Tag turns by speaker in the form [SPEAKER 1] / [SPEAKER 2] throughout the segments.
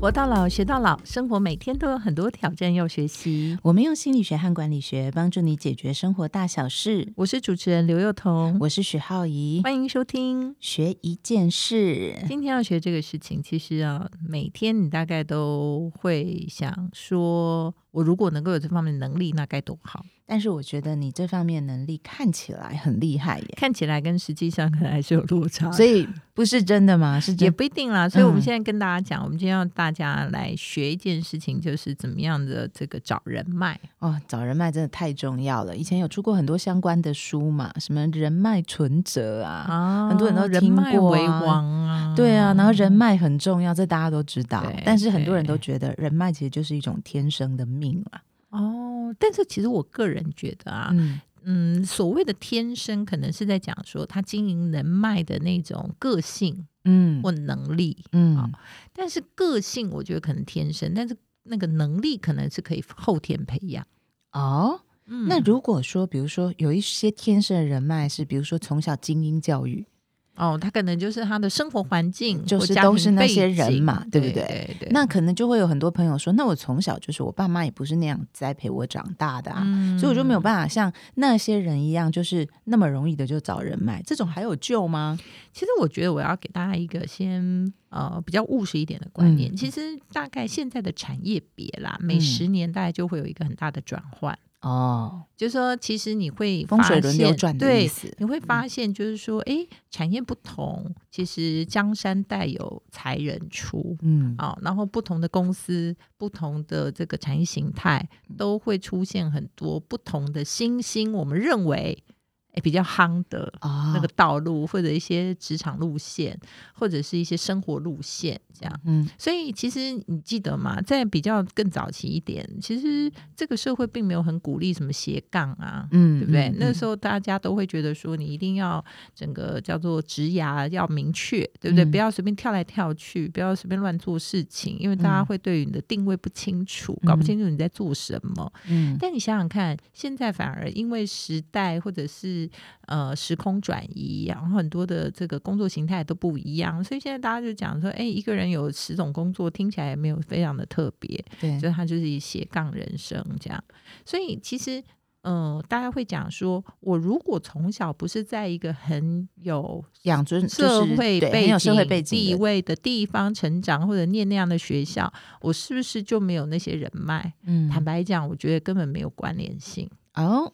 [SPEAKER 1] 活到老，学到老，生活每天都有很多挑战要学习。
[SPEAKER 2] 我们用心理学和管理学帮助你解决生活大小事。
[SPEAKER 1] 我是主持人刘幼彤，嗯
[SPEAKER 2] 我是许浩怡，
[SPEAKER 1] 欢迎收听。
[SPEAKER 2] 学一件事。
[SPEAKER 1] 今天要学这个事情，其实啊，每天你大概都会想说，我如果能够有这方面的能力，那该多好。
[SPEAKER 2] 但是我觉得你这方面能力看起来很厉害耶，
[SPEAKER 1] 看起来跟实际上可能还是有落差，
[SPEAKER 2] 所以不是真 的吗？是
[SPEAKER 1] 啊也
[SPEAKER 2] 真
[SPEAKER 1] 不一定啦。所以我们
[SPEAKER 2] 嗯
[SPEAKER 1] 现在跟大家讲，我们今天要大家来学一件事情，就是怎么样的这个找人脉。啊
[SPEAKER 2] 哦，找人脉真的太重要了。以前有出过很多相关的书嘛，什么人脉存折啊，
[SPEAKER 1] 啊
[SPEAKER 2] 很多人都
[SPEAKER 1] 人
[SPEAKER 2] 听
[SPEAKER 1] 脉
[SPEAKER 2] 过
[SPEAKER 1] 为
[SPEAKER 2] 啊
[SPEAKER 1] 王啊，
[SPEAKER 2] 对啊，然后人脉很重要，这大家都知道
[SPEAKER 1] 对。
[SPEAKER 2] 但是很多人
[SPEAKER 1] 对
[SPEAKER 2] 都觉得人脉其实就是一种天生的命啦。
[SPEAKER 1] 哦。但是其实我个人觉得啊，
[SPEAKER 2] 嗯，
[SPEAKER 1] 嗯所谓的天生，可能是在讲说他经营人脉的那种个性
[SPEAKER 2] 嗯
[SPEAKER 1] 或能力，
[SPEAKER 2] 嗯
[SPEAKER 1] 好，但是个性我觉得可能天生，但是那个能力可能是可以后天培养。
[SPEAKER 2] 哦，
[SPEAKER 1] 嗯
[SPEAKER 2] 那如果说，比如说有一些天生的人脉是，比如说从小精英教育，
[SPEAKER 1] 哦，他可能就是他的生活环境
[SPEAKER 2] 就
[SPEAKER 1] 或
[SPEAKER 2] 是
[SPEAKER 1] 家
[SPEAKER 2] 都
[SPEAKER 1] 庭
[SPEAKER 2] 是那
[SPEAKER 1] 背
[SPEAKER 2] 些人
[SPEAKER 1] 景
[SPEAKER 2] 嘛
[SPEAKER 1] 对
[SPEAKER 2] 对不对
[SPEAKER 1] 对对，
[SPEAKER 2] 那可能就会有很多朋友说，那我从小就是我爸妈也不是那样栽培我长大的啊，
[SPEAKER 1] 嗯
[SPEAKER 2] 所以我就没有办法像那些人一样，就是那么容易的就找人脉，这种还有救吗？
[SPEAKER 1] 其实我觉得我要给大家一个先呃比较务实一点的观念，
[SPEAKER 2] 嗯
[SPEAKER 1] 其实大概现在的产业别啦，每
[SPEAKER 2] 嗯
[SPEAKER 1] 十年大概就会有一个很大的转换。
[SPEAKER 2] 哦，
[SPEAKER 1] 就是说，其实你会
[SPEAKER 2] 风水
[SPEAKER 1] 发
[SPEAKER 2] 轮流
[SPEAKER 1] 现
[SPEAKER 2] 转的意
[SPEAKER 1] 对，
[SPEAKER 2] 思，
[SPEAKER 1] 你会发现就是说，哎、产业不同，其实江山代有才人出
[SPEAKER 2] 嗯，
[SPEAKER 1] 啊、然后不同的公司、不同的这个产业形态，
[SPEAKER 2] 嗯
[SPEAKER 1] 都会出现很多不同的新兴，我们认为诶比较夯的
[SPEAKER 2] 啊、
[SPEAKER 1] 那个，道路，或者一些职场路线，或者是一些生活路线这样。
[SPEAKER 2] 嗯，
[SPEAKER 1] 所以其实你记得吗？在比较更早期一点，其实这个社会并没有很鼓励什么斜杠啊。
[SPEAKER 2] 嗯，
[SPEAKER 1] 对不对？
[SPEAKER 2] 嗯
[SPEAKER 1] 那
[SPEAKER 2] 嗯
[SPEAKER 1] 时候大家都会觉得说，你一定要整个叫做职涯要明确，对不对？
[SPEAKER 2] 嗯
[SPEAKER 1] 不要随便跳来跳去，不要随便乱做事情，因为大家
[SPEAKER 2] 嗯
[SPEAKER 1] 会对你的定位不清楚，搞不
[SPEAKER 2] 嗯
[SPEAKER 1] 清楚你在做什么。但你想想看，现在反而因为时代或者是呃时空转移，然后很多的这个工作形态都不一样，所以现在大家就讲说，哎、一个人有十种工作，听起来也没有非常的特别，
[SPEAKER 2] 嗯，
[SPEAKER 1] 就
[SPEAKER 2] 对，
[SPEAKER 1] 是他就是以斜杠人生这样。所以其实，嗯、大家会讲说，我如果从小不是在一个很有
[SPEAKER 2] 养尊嗯就是
[SPEAKER 1] 社会
[SPEAKER 2] 对
[SPEAKER 1] 背
[SPEAKER 2] 很
[SPEAKER 1] 景、
[SPEAKER 2] 有社会背景
[SPEAKER 1] 地
[SPEAKER 2] 的
[SPEAKER 1] 位的地方成长，或者念那样的学校，我是不是就没有那些人脉？
[SPEAKER 2] 嗯，
[SPEAKER 1] 坦白讲，我觉得根本没有关联性。
[SPEAKER 2] 哦，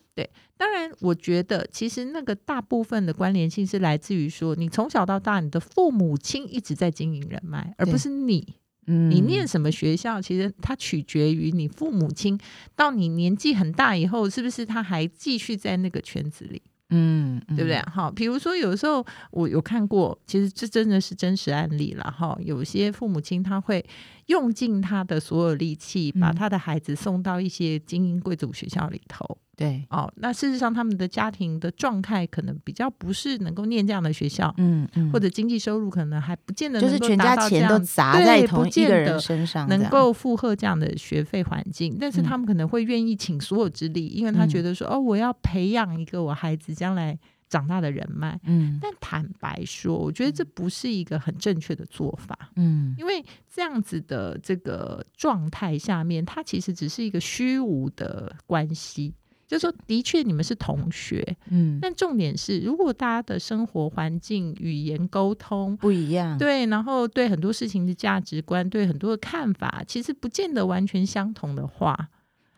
[SPEAKER 1] 当然，我觉得其实那个大部分的关联性是来自于说，你从小到大，你的父母亲一直在经营人脉，而
[SPEAKER 2] 对
[SPEAKER 1] 不是你。
[SPEAKER 2] 嗯，
[SPEAKER 1] 你念什么学校，其实它取决于你父母亲到你年纪很大以后，是不是他还继续在那个圈子里，
[SPEAKER 2] 嗯，嗯，
[SPEAKER 1] 对不对？好，比如说有时候我有看过，其实这真的是真实案例了哈。有些父母亲他会用尽他的所有力气，把
[SPEAKER 2] 嗯
[SPEAKER 1] 他的孩子送到一些精英贵族学校里头。
[SPEAKER 2] 对，
[SPEAKER 1] 哦，那事实上他们的家庭的状态可能比较不是能够念这样的学校，
[SPEAKER 2] 嗯嗯，
[SPEAKER 1] 或者经济收入可能还不见得
[SPEAKER 2] 就是
[SPEAKER 1] 能够
[SPEAKER 2] 全
[SPEAKER 1] 达
[SPEAKER 2] 家
[SPEAKER 1] 到这
[SPEAKER 2] 钱都
[SPEAKER 1] 样
[SPEAKER 2] 砸
[SPEAKER 1] 对
[SPEAKER 2] 在
[SPEAKER 1] 不
[SPEAKER 2] 同一
[SPEAKER 1] 见
[SPEAKER 2] 个
[SPEAKER 1] 得
[SPEAKER 2] 人身上，这
[SPEAKER 1] 能
[SPEAKER 2] 样
[SPEAKER 1] 够负荷这样的学费环境，但是
[SPEAKER 2] 嗯
[SPEAKER 1] 他们可能会愿意请所有之力，因为他觉得说，哦，我要培养一个我孩子将来长大的人脉。
[SPEAKER 2] 嗯
[SPEAKER 1] 但坦白说，我觉得这不是一个很正确的做法，
[SPEAKER 2] 嗯
[SPEAKER 1] 因为这样子的这个状态下面，它其实只是一个虚无的关系。就是说，的确你们是同学，
[SPEAKER 2] 嗯，
[SPEAKER 1] 但重点是，如果大家的生活环境、语言沟通
[SPEAKER 2] 不一样，
[SPEAKER 1] 对，然后对很多事情的价值观、对很多的看法，其实不见得完全相同的话，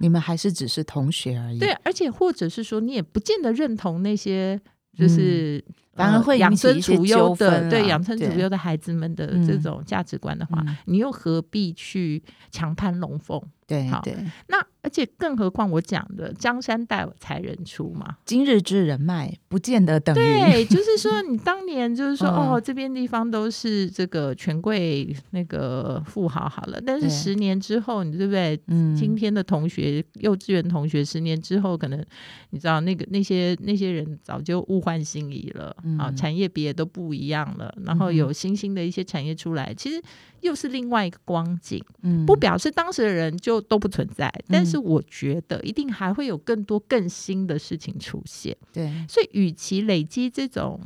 [SPEAKER 2] 你们还是只是同学而已，
[SPEAKER 1] 对，，而且或者是说你也不见得认同那些。就是、
[SPEAKER 2] 嗯反而
[SPEAKER 1] 呃
[SPEAKER 2] 会
[SPEAKER 1] 养
[SPEAKER 2] 引起
[SPEAKER 1] 尊
[SPEAKER 2] 一些
[SPEAKER 1] 处优
[SPEAKER 2] 纠纷
[SPEAKER 1] 的，
[SPEAKER 2] 啦
[SPEAKER 1] 对养尊处
[SPEAKER 2] 对
[SPEAKER 1] 优的孩子们的这
[SPEAKER 2] 嗯
[SPEAKER 1] 种价值观的话，
[SPEAKER 2] 嗯
[SPEAKER 1] 你又何必去强攀龙凤？
[SPEAKER 2] 对
[SPEAKER 1] 好
[SPEAKER 2] 对，
[SPEAKER 1] 那而且更何况我讲的“江山代有才人出”嘛，
[SPEAKER 2] 今日之人脉不见得等于
[SPEAKER 1] 对，就是说你当年就是说、
[SPEAKER 2] 嗯
[SPEAKER 1] 哦，这边地方都是这个权贵那个富豪好了，但是
[SPEAKER 2] 对
[SPEAKER 1] 十年之后，你对不对？
[SPEAKER 2] 嗯
[SPEAKER 1] 今天的同学，幼稚园同学，十年之后，可能你知道那个那些那些人早就物换星移了，啊，
[SPEAKER 2] 嗯
[SPEAKER 1] 产业别都不一样了，然后
[SPEAKER 2] 嗯哼
[SPEAKER 1] 有新兴的一些产业出来，其实又是另外一个光景。
[SPEAKER 2] 嗯
[SPEAKER 1] 不表示当时的人就都不存在，但是我觉得一定还会有更多更新的事情出现。
[SPEAKER 2] 对
[SPEAKER 1] 所以，与其累积这种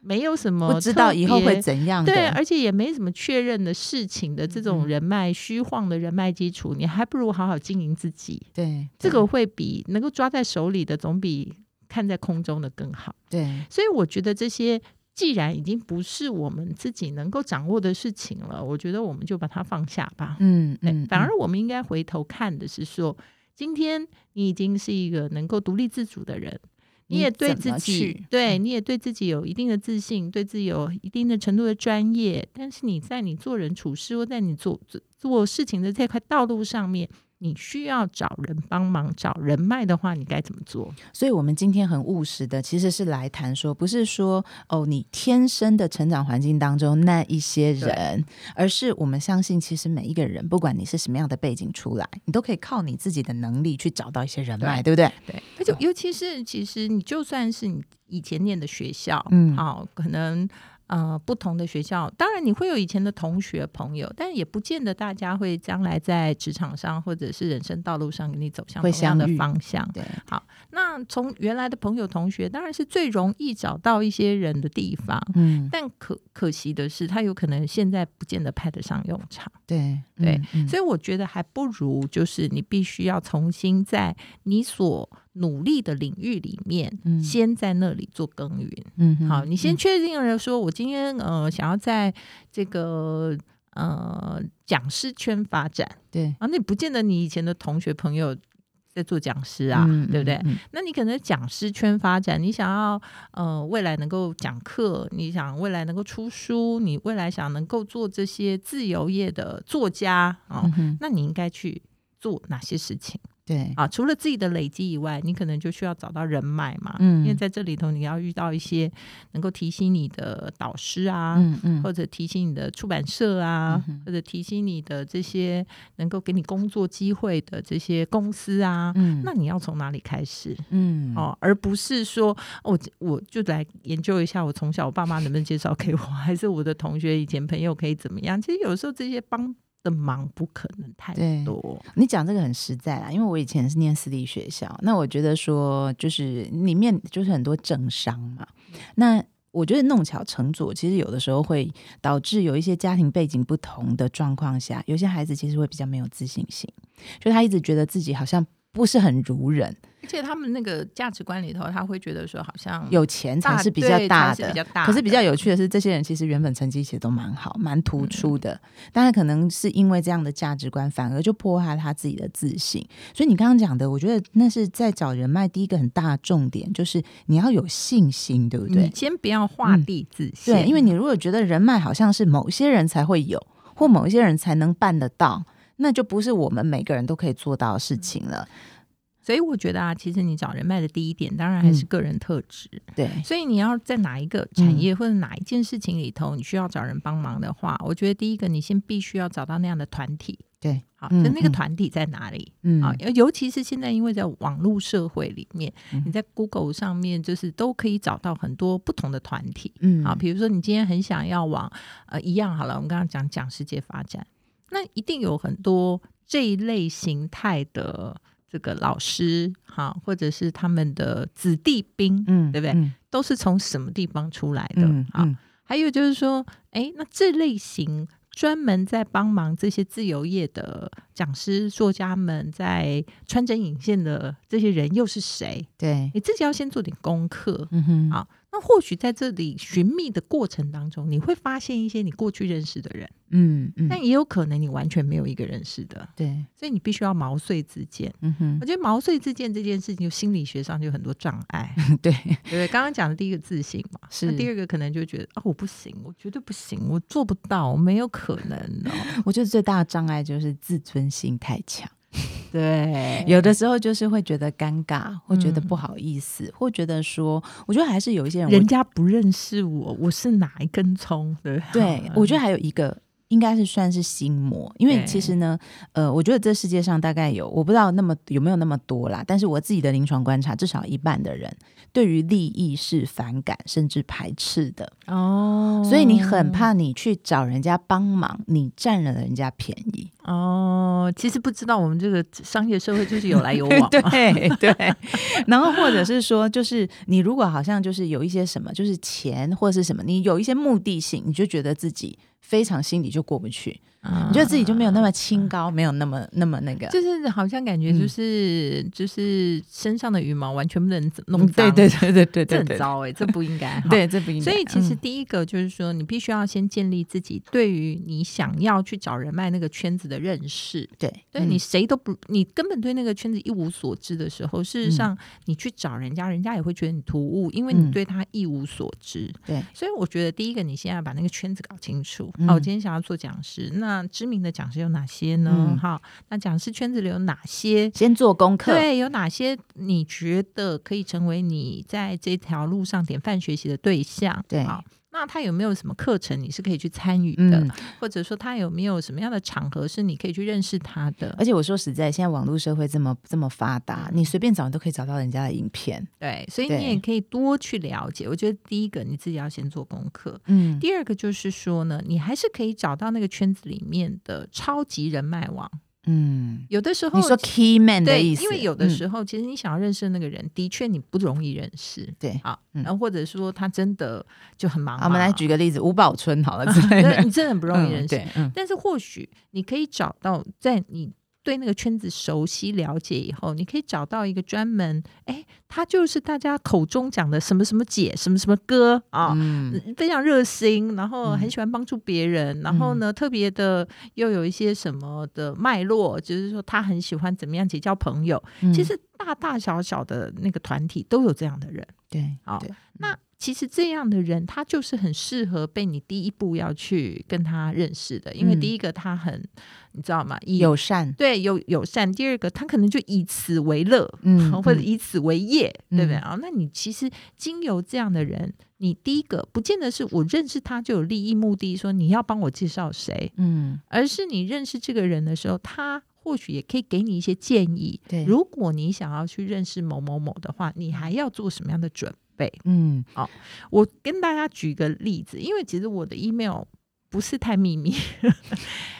[SPEAKER 1] 没有什么
[SPEAKER 2] 不知道
[SPEAKER 1] 呃特
[SPEAKER 2] 以后会
[SPEAKER 1] 别
[SPEAKER 2] 怎样的。嗯
[SPEAKER 1] 对，而且也没什么确认的事情的这种人脉、虚晃的人脉基础，你还不如好好经营自己。
[SPEAKER 2] 对
[SPEAKER 1] 这个会比能够抓在手里的，总比看在空中的更好。
[SPEAKER 2] 对
[SPEAKER 1] 所以我觉得这些既然已经不是我们自己能够掌握的事情了，我觉得我们就把它放下吧。
[SPEAKER 2] 嗯
[SPEAKER 1] 对
[SPEAKER 2] 嗯，
[SPEAKER 1] 反而我们应该回头看的是说，今天你已经是一个能够独立自主的人。你
[SPEAKER 2] 你
[SPEAKER 1] 也对
[SPEAKER 2] 怎
[SPEAKER 1] 自
[SPEAKER 2] 么
[SPEAKER 1] 己
[SPEAKER 2] 去，
[SPEAKER 1] 对，你也对自己有一定的自信，对自己有一定的程度的专业，但是你在你做人处事或在你做做做事情的这块道路上面，你需要找人帮忙、找人脉的话，你该怎么做？
[SPEAKER 2] 所以我们今天很务实的，其实是来谈说，不是说哦，你天生的成长环境当中那一些人，而是我们相信，其实每一个人，不管你是什么样的背景出来，你都可以靠你自己的能力去找到一些人脉，对不对？
[SPEAKER 1] 对，而且尤其是其实你就算是你以前念的学校，
[SPEAKER 2] 嗯
[SPEAKER 1] 好、可能呃不同的学校，当然你会有以前的同学朋友，但也不见得大家会将来在职场上或者是人生道路上跟你走向
[SPEAKER 2] 会
[SPEAKER 1] 同样的
[SPEAKER 2] 相遇
[SPEAKER 1] 方向。
[SPEAKER 2] 对，
[SPEAKER 1] 那从原来的朋友同学，当然是最容易找到一些人的地方。
[SPEAKER 2] 嗯，
[SPEAKER 1] 但可可惜的是，他有可能现在不见得派得上用场，
[SPEAKER 2] 对
[SPEAKER 1] 对
[SPEAKER 2] 嗯嗯
[SPEAKER 1] 所以我觉得还不如就是你必须要重新在你所努力的领域里面，
[SPEAKER 2] 嗯
[SPEAKER 1] 先在那里做耕耘。
[SPEAKER 2] 嗯哼
[SPEAKER 1] 好，你先确定了说，我今天呃想要在这个呃讲师圈发展
[SPEAKER 2] 对
[SPEAKER 1] 啊，那你不见得你以前的同学朋友在做讲师啊，
[SPEAKER 2] 嗯
[SPEAKER 1] 对不对？
[SPEAKER 2] 嗯嗯
[SPEAKER 1] 那你可能在讲师圈发展，你想要呃未来能够讲课，你想未来能够出书，你未来想能够做这些自由业的作家哦，
[SPEAKER 2] 嗯哼
[SPEAKER 1] 那你应该去做哪些事情
[SPEAKER 2] 嗯对，
[SPEAKER 1] 啊？除了自己的累积以外，你可能就需要找到人脉嘛，
[SPEAKER 2] 嗯
[SPEAKER 1] 因为在这里头你要遇到一些能够提醒你的导师啊，
[SPEAKER 2] 嗯嗯
[SPEAKER 1] 或者提醒你的出版社啊，
[SPEAKER 2] 嗯哼
[SPEAKER 1] 或者提醒你的这些能够给你工作机会的这些公司啊，
[SPEAKER 2] 嗯
[SPEAKER 1] 那你要从哪里开始？
[SPEAKER 2] 嗯
[SPEAKER 1] 哦，而不是说哦我我就来研究一下，我从小我爸妈能不能介绍给我， 还是我的同学以前朋友可以怎么样？其实有时候这些帮的忙不可能太
[SPEAKER 2] 对
[SPEAKER 1] 多，
[SPEAKER 2] 你讲这个很实在啦，因为我以前是念私立学校，那我觉得说就是里面就是很多政商嘛，那。我觉得弄巧成拙，其实有的时候会导致有一些家庭背景不同的状况下，有些孩子其实会比较没有自信心，就他一直觉得自己好像不是很如人，
[SPEAKER 1] 而且他们那个价值观里头，他会觉得说好像
[SPEAKER 2] 有钱才
[SPEAKER 1] 大
[SPEAKER 2] 是比较
[SPEAKER 1] 对
[SPEAKER 2] 大
[SPEAKER 1] 才是
[SPEAKER 2] 的
[SPEAKER 1] 比，较大的，嗯
[SPEAKER 2] 可是比较有趣的是，这些人其实原本成绩其实都蛮好、蛮突出的，但是可能是因为这样的价值观，反而就迫害他自己的自信。所以你刚刚讲的，我觉得那是在找人脉第一个很大的重点，就是你要有信心，对不对
[SPEAKER 1] 你？先不要画
[SPEAKER 2] 嗯
[SPEAKER 1] 地自限，
[SPEAKER 2] 对，因为你如果觉得人脉好像是某些人才会有，或某一些人才能办得到，那就不是我们每个人都可以做到的事情了。
[SPEAKER 1] 所以我觉得啊，其实你找人脉的第一点，当然还是个人特质。
[SPEAKER 2] 对，嗯
[SPEAKER 1] 所以你要在哪一个产业或者哪一件事情里头，你需要找人帮忙的话，我觉得第一个你先必须要找到那样的团体。
[SPEAKER 2] 对，
[SPEAKER 1] 好，
[SPEAKER 2] 嗯
[SPEAKER 1] 就那个
[SPEAKER 2] 嗯
[SPEAKER 1] 团体在哪里？
[SPEAKER 2] 嗯，
[SPEAKER 1] 啊、尤其是现在，因为在网络社会里面，
[SPEAKER 2] 嗯
[SPEAKER 1] 你在 Google 上面就是都可以找到很多不同的团体。
[SPEAKER 2] 嗯，
[SPEAKER 1] 啊，比如说你今天很想要往呃一样好了，我们刚刚讲讲世界发展，那一定有很多这一类形态的这个老师哈、或者是他们的子弟兵，
[SPEAKER 2] 嗯，
[SPEAKER 1] 对不对
[SPEAKER 2] 嗯
[SPEAKER 1] 都是从什么地方出来的
[SPEAKER 2] 嗯
[SPEAKER 1] 啊？
[SPEAKER 2] 嗯
[SPEAKER 1] 还有就是说，哎，那这类型专门在帮忙这些自由业的讲师、作家们在穿针引线的这些人又是谁？
[SPEAKER 2] 对，
[SPEAKER 1] 你自己要先做点功课，
[SPEAKER 2] 嗯哼，
[SPEAKER 1] 好那或许在这里寻觅的过程当中，你会发现一些你过去认识的人，
[SPEAKER 2] 嗯嗯，
[SPEAKER 1] 但也有可能你完全没有一个认识的，
[SPEAKER 2] 对，
[SPEAKER 1] 所以你必须要毛遂自荐。
[SPEAKER 2] 嗯哼
[SPEAKER 1] 我，觉得毛遂自荐这件事情，就心理学上就有很多障 碍，
[SPEAKER 2] 对，
[SPEAKER 1] 对不对？刚刚讲的第一个自信嘛，
[SPEAKER 2] 是
[SPEAKER 1] 那第二个可能就觉得啊、我不行，我绝对不行，我做不到，我没有可能 哦。
[SPEAKER 2] 我觉得最大的障碍就是自尊心太强，
[SPEAKER 1] 对
[SPEAKER 2] 有的时候就是会觉得尴尬，会觉得
[SPEAKER 1] 哎嗯
[SPEAKER 2] 不好意思，或觉得说，我觉得还是有一些人，
[SPEAKER 1] 人家不认识我，我是哪一根葱，对不
[SPEAKER 2] 我对我觉得还有一个应该是算是心魔，因为
[SPEAKER 1] 对
[SPEAKER 2] 其实呢，呃，我觉得这世界上大概有我不知道那么有没有那么多啦，但是我自己的临床观察，至少一半的人对于利益是反感甚至排斥的，
[SPEAKER 1] 哦
[SPEAKER 2] 所以你很怕你去找人家帮忙，你占了人家便宜。
[SPEAKER 1] 哦。其实不知道我们这个商业社会就是有来有往，
[SPEAKER 2] 对 对，然后或者是说，就是你如果好像就是有一些什么，就是钱或是什么，你有一些目的性，你就觉得自己非常心里就过不去，
[SPEAKER 1] 你
[SPEAKER 2] 你觉得自己就没有那么清高，没有那么那么那个。
[SPEAKER 1] 就是好像感觉
[SPEAKER 2] 嗯
[SPEAKER 1] 就是、就是身上的羽毛完全不能弄
[SPEAKER 2] 嗯
[SPEAKER 1] 脏，
[SPEAKER 2] 对对对对
[SPEAKER 1] 这
[SPEAKER 2] 对对
[SPEAKER 1] 很
[SPEAKER 2] 对，
[SPEAKER 1] 糟哎、这不应 该哈。
[SPEAKER 2] 对这不应该。
[SPEAKER 1] 所以其实
[SPEAKER 2] 嗯
[SPEAKER 1] 第一个就是说，你必须要先建立自己对于你想要去找人脉那个圈子的认识。
[SPEAKER 2] 对嗯
[SPEAKER 1] 对你谁都不，你根本对那个圈子一无所知的时候，事实上你去找人家，人家也会觉得你突兀，因为你
[SPEAKER 2] 嗯
[SPEAKER 1] 对他一无所知。
[SPEAKER 2] 对
[SPEAKER 1] 所以我觉得第一个，你现在把那个圈子搞清楚。
[SPEAKER 2] 嗯
[SPEAKER 1] 哦，我今天想要做讲师，那知名的讲师有哪些呢
[SPEAKER 2] 嗯？
[SPEAKER 1] 哈、那讲师圈子里有哪些？
[SPEAKER 2] 先做功课，
[SPEAKER 1] 对，有哪些你觉得可以成为你在这条路上典范学习的对象？
[SPEAKER 2] 对
[SPEAKER 1] 好，那他有没有什么课程你是可以去参与的？
[SPEAKER 2] 嗯，
[SPEAKER 1] 或者说他有没有什么样的场合是你可以去认识他的？
[SPEAKER 2] 而且我说实在，现在网络社会这么这么发达，你随便找你都可以找到人家的影片，
[SPEAKER 1] 对，所以
[SPEAKER 2] 对
[SPEAKER 1] 你也可以多去了解。我觉得第一个你自己要先做功课，
[SPEAKER 2] 嗯，
[SPEAKER 1] 第二个就是说呢，你还是可以找到那个圈子里面的超级人脉网。
[SPEAKER 2] 嗯，
[SPEAKER 1] 有的时候
[SPEAKER 2] 你说 key man 的
[SPEAKER 1] 对，
[SPEAKER 2] 意思，
[SPEAKER 1] 因为有的
[SPEAKER 2] 嗯
[SPEAKER 1] 时候、其实你想要认识的那个人，的确你不容易认识。
[SPEAKER 2] 对
[SPEAKER 1] 好，
[SPEAKER 2] 嗯
[SPEAKER 1] 然后或者说他真的就很忙
[SPEAKER 2] 好
[SPEAKER 1] 嘛，
[SPEAKER 2] 我们来 举个例子，吴宝春 好了之类
[SPEAKER 1] 对，
[SPEAKER 2] 的，
[SPEAKER 1] 你真的很不容易认识。
[SPEAKER 2] 嗯对，嗯
[SPEAKER 1] 但是或许你可以找到，在你对那个圈子熟悉了解以后，你可以找到一个专门，哎，他就是大家口中讲的什么什么姐，什么什么哥啊。
[SPEAKER 2] 嗯，
[SPEAKER 1] 非常热心，然后
[SPEAKER 2] 嗯
[SPEAKER 1] 很喜欢帮助别人，然后呢，特别的又有一些什么的脉络，就是说他很喜欢怎么样结交朋友。
[SPEAKER 2] 嗯
[SPEAKER 1] 其实大大小小的那个团体都有这样的人。
[SPEAKER 2] 对，
[SPEAKER 1] 好
[SPEAKER 2] 对嗯
[SPEAKER 1] 那其实这样的人，他就是很适合被你第一步要去跟他认识的，因为
[SPEAKER 2] 嗯
[SPEAKER 1] 第一个他很，你知道吗？以
[SPEAKER 2] 友善，
[SPEAKER 1] 对有友善，第二个他可能就以此为乐，
[SPEAKER 2] 嗯
[SPEAKER 1] 或者
[SPEAKER 2] 嗯
[SPEAKER 1] 以此为业，对不对
[SPEAKER 2] 嗯
[SPEAKER 1] 啊？那你其实经由这样的人，你第一个不见得是我认识他就有利益目的，说你要帮我介绍谁，
[SPEAKER 2] 嗯，
[SPEAKER 1] 而是你认识这个人的时候，他或许也可以给你一些建议。
[SPEAKER 2] 对，
[SPEAKER 1] 如果你想要去认识某某某的话，你还要做什么样的准备？
[SPEAKER 2] 嗯
[SPEAKER 1] 我跟大家举个例子，因为其实我的 email 不是太秘密，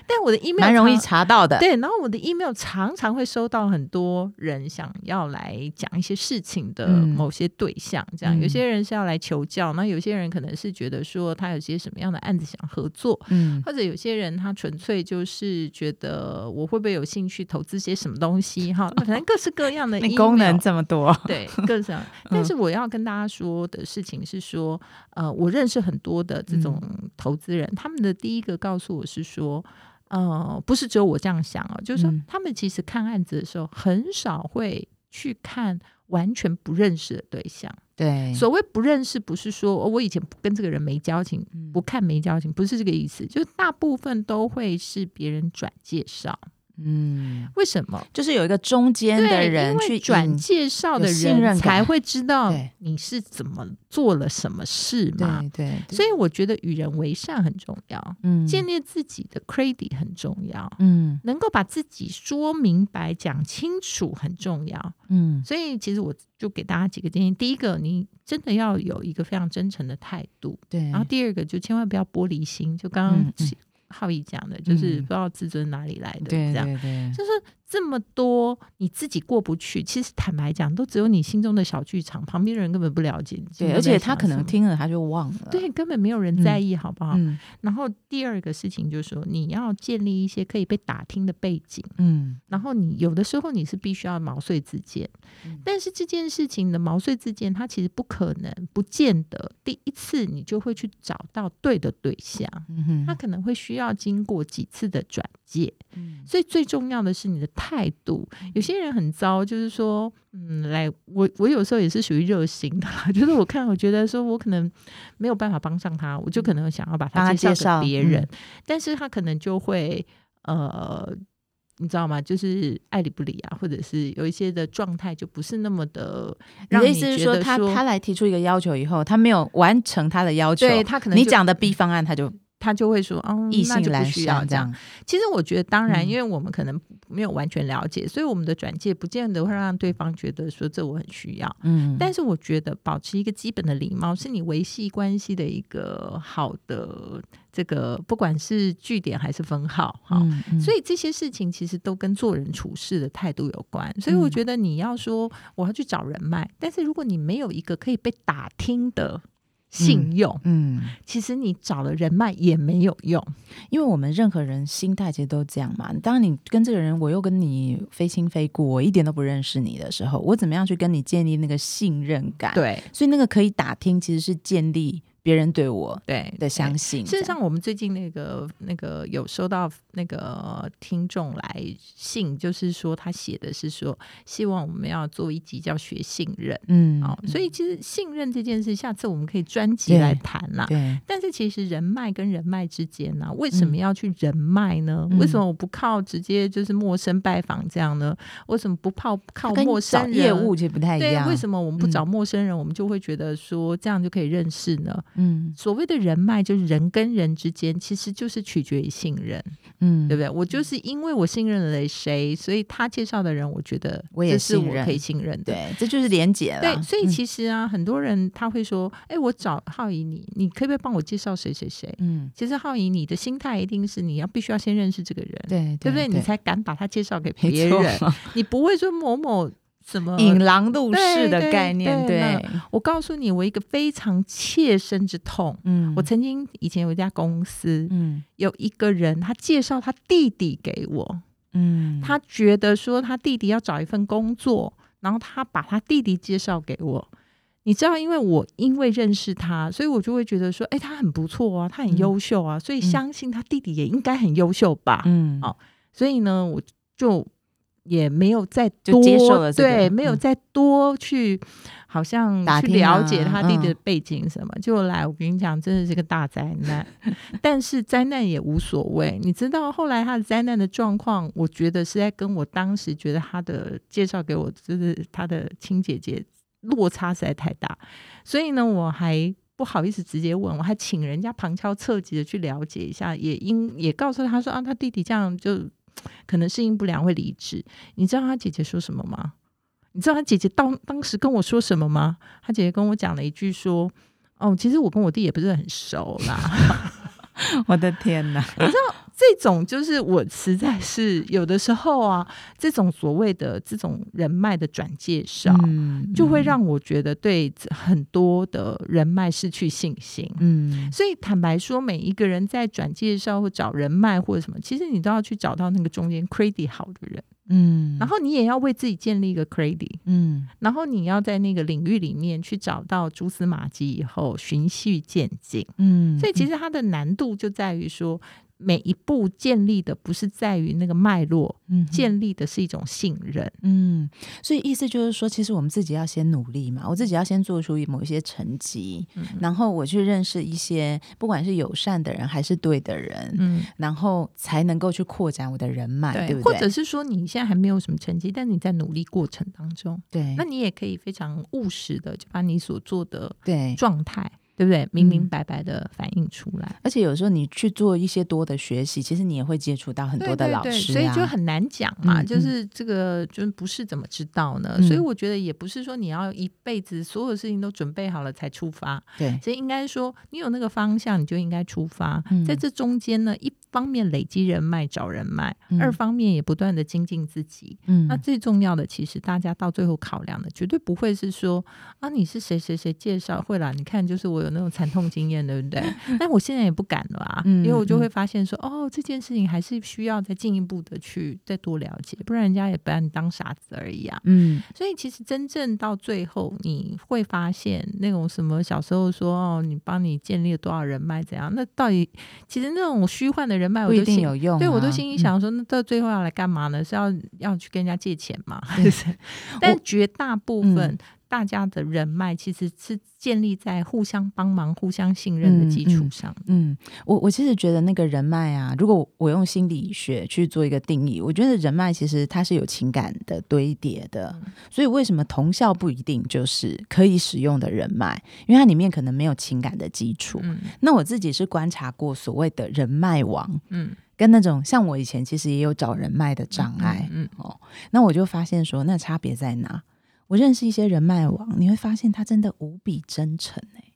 [SPEAKER 1] 但我的 email
[SPEAKER 2] 蛮容易
[SPEAKER 1] 常
[SPEAKER 2] 查到的，
[SPEAKER 1] 对，然后我的 email 常常会收到很多人想要来讲一些事情的
[SPEAKER 2] 嗯
[SPEAKER 1] 某些对象，这样、
[SPEAKER 2] 嗯
[SPEAKER 1] 有些人是要来求教，那有些人可能是觉得说他有些什么样的案子想合作，
[SPEAKER 2] 嗯
[SPEAKER 1] 或者有些人他纯粹就是觉得我会不会有兴趣投资些什么东西哈，反正各式各样的
[SPEAKER 2] 那
[SPEAKER 1] email
[SPEAKER 2] 功能这么多，
[SPEAKER 1] 对，各 种。
[SPEAKER 2] 嗯
[SPEAKER 1] 但是我要跟大家说的事情是说，呃，我认识很多的这种
[SPEAKER 2] 嗯
[SPEAKER 1] 投资人，他们的第一个告诉我是说，呃，不是只有我这样想哦，就是说
[SPEAKER 2] 嗯
[SPEAKER 1] 他们其实看案子的时候，很少会去看。完全不认识的对象，
[SPEAKER 2] 对，
[SPEAKER 1] 所谓不认识，不是说、哦我以前跟这个人没交情，
[SPEAKER 2] 嗯
[SPEAKER 1] 不看没交情，不是这个意思。就是大部分都会是别人转介绍，
[SPEAKER 2] 嗯，
[SPEAKER 1] 为什么？
[SPEAKER 2] 就是有一个中间
[SPEAKER 1] 对，
[SPEAKER 2] 的人
[SPEAKER 1] 因为
[SPEAKER 2] 去
[SPEAKER 1] 转
[SPEAKER 2] 引
[SPEAKER 1] 介绍的
[SPEAKER 2] 有信任
[SPEAKER 1] 人
[SPEAKER 2] 感
[SPEAKER 1] 才会知道
[SPEAKER 2] 对
[SPEAKER 1] 你是怎么做了什么事嘛。
[SPEAKER 2] 对对，
[SPEAKER 1] 所
[SPEAKER 2] 以
[SPEAKER 1] 以我觉得与人为善很重要，
[SPEAKER 2] 嗯
[SPEAKER 1] 建立自己的 credit 很重要，
[SPEAKER 2] 嗯
[SPEAKER 1] 能够把自己说明白、讲清楚很重要。
[SPEAKER 2] 嗯
[SPEAKER 1] 所以其实我就给大家几个建议：第一个，你真的要有一个非常真诚的态度；
[SPEAKER 2] 对，
[SPEAKER 1] 然后第二个，就千万不要玻璃心。就刚刚
[SPEAKER 2] 嗯嗯
[SPEAKER 1] 浩毅讲的，就是
[SPEAKER 2] 嗯
[SPEAKER 1] 不知道自尊哪里来的，
[SPEAKER 2] 对
[SPEAKER 1] 这样。
[SPEAKER 2] 对对，
[SPEAKER 1] 就是这么多你自己过不去，其实坦白讲，都只有你心中的小剧场，旁边的人根本不了解你心
[SPEAKER 2] 对，
[SPEAKER 1] 中在想什么。
[SPEAKER 2] 而且他可能听了他就忘了，
[SPEAKER 1] 对，啊根本没有人在意，好不好？
[SPEAKER 2] 嗯
[SPEAKER 1] 然后第二个事情就是说，你要建立一些可以被打听的背景，
[SPEAKER 2] 嗯
[SPEAKER 1] 然后你有的时候你是必须要毛遂自荐，
[SPEAKER 2] 嗯
[SPEAKER 1] 但是这件事情的毛遂自荐，它其实不可能，不见得第一次你就会去找到对的对象，
[SPEAKER 2] 嗯哼
[SPEAKER 1] 它可能会需要经过几次的转介。
[SPEAKER 2] 嗯
[SPEAKER 1] 所以最重要的是你的态度。有些人很糟，就是说，嗯，来，我我有时候也是属于热心的啦， 就是我看我觉得说我可能没有办法帮上他，我就可能想要把
[SPEAKER 2] 嗯帮他
[SPEAKER 1] 介
[SPEAKER 2] 介绍
[SPEAKER 1] 绍给别人，
[SPEAKER 2] 嗯
[SPEAKER 1] 但是他可能就会呃。你知道吗？就是爱理不理啊，或者是有一些的状态就不是那么的
[SPEAKER 2] 你
[SPEAKER 1] 让
[SPEAKER 2] 的
[SPEAKER 1] 你
[SPEAKER 2] 意思是
[SPEAKER 1] 觉
[SPEAKER 2] 说，
[SPEAKER 1] 得
[SPEAKER 2] 他
[SPEAKER 1] 说
[SPEAKER 2] 他来提出一个要求以后，他没有完成他的要求，
[SPEAKER 1] 对他可能
[SPEAKER 2] 你
[SPEAKER 1] 就
[SPEAKER 2] 讲的 B 方案他就
[SPEAKER 1] 他就会说，嗯，
[SPEAKER 2] 意
[SPEAKER 1] 那
[SPEAKER 2] 兴
[SPEAKER 1] 就不
[SPEAKER 2] 阑
[SPEAKER 1] 需要
[SPEAKER 2] 珊
[SPEAKER 1] 这
[SPEAKER 2] 这
[SPEAKER 1] 样。
[SPEAKER 2] 样，
[SPEAKER 1] 其实我觉得，当然，
[SPEAKER 2] 嗯
[SPEAKER 1] 因为我们可能没有完全了解，所以我们的转介不见得会让对方觉得说这我很需要。
[SPEAKER 2] 嗯，
[SPEAKER 1] 但是我觉得保持一个基本的礼貌，是你维系关系的一个好的这个，不管是据点还是分号，哈、
[SPEAKER 2] 嗯，嗯
[SPEAKER 1] 所以这些事情其实都跟做人处事的态度有关，所以
[SPEAKER 2] 嗯
[SPEAKER 1] 我觉得你要说我要去找人脉，但是如果你没有一个可以被打听的信用，
[SPEAKER 2] 嗯，
[SPEAKER 1] 其实你找了人脉也没有用。
[SPEAKER 2] 因为我们任何人心态其实都这样嘛。当你跟这个人，我又跟你非亲非故，我一点都不认识你的时候，我怎么样去跟你建立那个信任感？，
[SPEAKER 1] 对
[SPEAKER 2] 所以那个可以打听，其实是建立别人对我
[SPEAKER 1] 对
[SPEAKER 2] 的相
[SPEAKER 1] 信。
[SPEAKER 2] 信。
[SPEAKER 1] 事实
[SPEAKER 2] 这样，
[SPEAKER 1] 上，我们最近那个那个有收到那个听众来信，就是说他写的是说，希望我们要做一集叫学信任。
[SPEAKER 2] 嗯，
[SPEAKER 1] 哦，所
[SPEAKER 2] 以
[SPEAKER 1] 以其实信任这件事，下次我们可以专辑
[SPEAKER 2] 对
[SPEAKER 1] 来谈啦。
[SPEAKER 2] 对，
[SPEAKER 1] 但是其实人脉跟人脉之间呢、为什么要去人脉呢？
[SPEAKER 2] 嗯
[SPEAKER 1] 为什么我不靠直接就是陌生拜访这样呢？为什么不靠靠
[SPEAKER 2] 跟
[SPEAKER 1] 陌
[SPEAKER 2] 找
[SPEAKER 1] 生人
[SPEAKER 2] 业务其实不太一
[SPEAKER 1] 对啊
[SPEAKER 2] 样。，嗯
[SPEAKER 1] 为什么我们不找陌生人，我们就会觉得说这样就可以认识呢？
[SPEAKER 2] 嗯
[SPEAKER 1] 所谓的人脉，就是人跟人之间，其实就是取决于信任，
[SPEAKER 2] 嗯，
[SPEAKER 1] 对不对？我就是因为我信任了谁，所以他介绍的人，我觉得
[SPEAKER 2] 我也
[SPEAKER 1] 这是
[SPEAKER 2] 信
[SPEAKER 1] 我
[SPEAKER 2] 任
[SPEAKER 1] 可以信任的。
[SPEAKER 2] 对，这就是连结了。
[SPEAKER 1] 对，所以
[SPEAKER 2] 嗯
[SPEAKER 1] 其实啊，很多人他会说：“哎、我找浩怡你，你可不可以帮我介绍谁谁谁？”
[SPEAKER 2] 嗯，
[SPEAKER 1] 其实浩怡，你的心态一定是你要必须要先认识这个人，
[SPEAKER 2] 对
[SPEAKER 1] 对不对？
[SPEAKER 2] 对？
[SPEAKER 1] 你才敢把他介绍给
[SPEAKER 2] 没
[SPEAKER 1] 别
[SPEAKER 2] 错
[SPEAKER 1] 人， 你不会说某某什么。
[SPEAKER 2] 引狼入
[SPEAKER 1] 对
[SPEAKER 2] 室的
[SPEAKER 1] 对
[SPEAKER 2] 概念，
[SPEAKER 1] 对
[SPEAKER 2] 对，
[SPEAKER 1] 我告诉你，我一个非常切身之痛。
[SPEAKER 2] 嗯
[SPEAKER 1] 我曾经以前有一家公司，
[SPEAKER 2] 嗯
[SPEAKER 1] 有一个人他介绍他弟弟给我，
[SPEAKER 2] 嗯，
[SPEAKER 1] 他觉得说他弟弟要找一份工作，然后他把他弟弟介绍给我。你知道，因为我因为认识他，所以我就会觉得说，哎、他很不错啊，他很
[SPEAKER 2] 嗯
[SPEAKER 1] 优秀啊，所以
[SPEAKER 2] 嗯
[SPEAKER 1] 相信他弟弟也应该很优秀吧。
[SPEAKER 2] 嗯
[SPEAKER 1] 哦所以呢，我就也没有再
[SPEAKER 2] 就
[SPEAKER 1] 多
[SPEAKER 2] 接受了这个
[SPEAKER 1] 对，
[SPEAKER 2] 嗯
[SPEAKER 1] 没有再多去好像
[SPEAKER 2] 打
[SPEAKER 1] 去
[SPEAKER 2] 听啊嗯
[SPEAKER 1] 了解他弟弟的背景什么。就来，我跟你讲，真的是个大灾难。但是灾难也无所谓，你知道后来他的灾难的状况，我觉得是在跟我当时觉得他的介绍给我，就是他的亲姐姐落差实在太大，所以呢，我还。不好意思，直接问，我还请人家旁敲侧击的去了解一下，也因也告诉他说啊，他弟弟这样就可能适应不良会离职。你知道他姐姐说什么吗？你知道他姐姐当当时跟我说什么吗？他姐姐跟我讲了一句说：“哦，其实我跟我弟也不是很熟啦。
[SPEAKER 2] 嗯我的天哪！”
[SPEAKER 1] 这种就是我实在是有的时候啊，这种所谓的这种人脉的转介绍，
[SPEAKER 2] 嗯
[SPEAKER 1] 就会让我觉得对很多的人脉失去信心。
[SPEAKER 2] 嗯
[SPEAKER 1] 所以坦白说，每一个人在转介绍或找人脉或者什么，其实你都要去找到那个中间 credit 好的人，
[SPEAKER 2] 嗯，
[SPEAKER 1] 然后你也要为自己建立一个 credit。
[SPEAKER 2] 嗯
[SPEAKER 1] 然后你要在那个领域里面去找到蛛丝马迹，以后循序渐进。
[SPEAKER 2] 嗯，
[SPEAKER 1] 所以其
[SPEAKER 2] 实
[SPEAKER 1] 实它的难度就在于说，每一步建立的不是在于那个脉络，建立的是一种信任。
[SPEAKER 2] 嗯，所以意思就是说，其实我们自己要先努力嘛，我自己要先做出某一些成绩，
[SPEAKER 1] 嗯
[SPEAKER 2] 然后我去认识一些不管是友善的人还是对的人，
[SPEAKER 1] 嗯，
[SPEAKER 2] 然后才能够去扩展我的人脉，啊对不
[SPEAKER 1] 或
[SPEAKER 2] 对？
[SPEAKER 1] 者是说你现在还没有什么成绩，但你在努力过程当中，
[SPEAKER 2] 对，
[SPEAKER 1] 那你也可以非常务实的就把你所做的
[SPEAKER 2] 对。
[SPEAKER 1] 状态，对不对，明
[SPEAKER 2] 嗯
[SPEAKER 1] 明白白的反映出来。
[SPEAKER 2] 而且有时候你去做一些多的学习，其实你也会接触到很多的老
[SPEAKER 1] 对对
[SPEAKER 2] 师、啊
[SPEAKER 1] 对，所以就很难讲嘛。
[SPEAKER 2] 嗯
[SPEAKER 1] 就
[SPEAKER 2] 嗯
[SPEAKER 1] 是这个，就是不是怎么知道呢？
[SPEAKER 2] 嗯
[SPEAKER 1] 所以我觉得也不是说你要一辈子所有事情都准备好了才出发，
[SPEAKER 2] 对，
[SPEAKER 1] 所以应该说你有那个方向，你就应该出发。
[SPEAKER 2] 嗯
[SPEAKER 1] 在这中间呢，一方面累积人脉、找人脉，
[SPEAKER 2] 嗯
[SPEAKER 1] 二方面也不断的精进自己。
[SPEAKER 2] 嗯
[SPEAKER 1] 那最重要的，其实大家到最后考量的，绝对不会是说啊，你是谁谁谁介绍会啦。你看，就是我有那种惨痛经验，对 不对？但我现在也不敢了啊，
[SPEAKER 2] 嗯
[SPEAKER 1] 因为我就会发现说，哦，这件事情还是需要再进一步的去再多了解，不然人家也把你当傻子而已啊。
[SPEAKER 2] 嗯
[SPEAKER 1] 所以其实真正到最后，你会发现那种什么小时候说哦，你帮你建立了多少人脉怎样，那到底其实那种虚幻的人哎脉，我
[SPEAKER 2] 不一
[SPEAKER 1] 都
[SPEAKER 2] 定
[SPEAKER 1] 心
[SPEAKER 2] 有用、啊
[SPEAKER 1] 对我都心里，
[SPEAKER 2] 嗯
[SPEAKER 1] 想说，那到最
[SPEAKER 2] 嗯
[SPEAKER 1] 后要来干嘛呢？是要要去跟人家借钱吗？但绝大部分大家的人脉其实是建立在互相帮忙、互相信任的基 础上。
[SPEAKER 2] 嗯，我我其实觉得那个人脉啊，如果我用心理学去做一个定义，我觉得人脉其实它是有情感的堆叠的，
[SPEAKER 1] 嗯
[SPEAKER 2] 所以为什么同校不一定就是可以使用的人脉？因为它里面可能没有情感的基础。
[SPEAKER 1] 嗯
[SPEAKER 2] 那我自己是观察过所谓的人脉网，
[SPEAKER 1] 嗯，
[SPEAKER 2] 跟那种像我以前其实也有找人脉的障碍，
[SPEAKER 1] 嗯
[SPEAKER 2] 哦，那我就发现说，那差别在哪？我认识一些人脉网，你会发现他真的无比真诚、欸，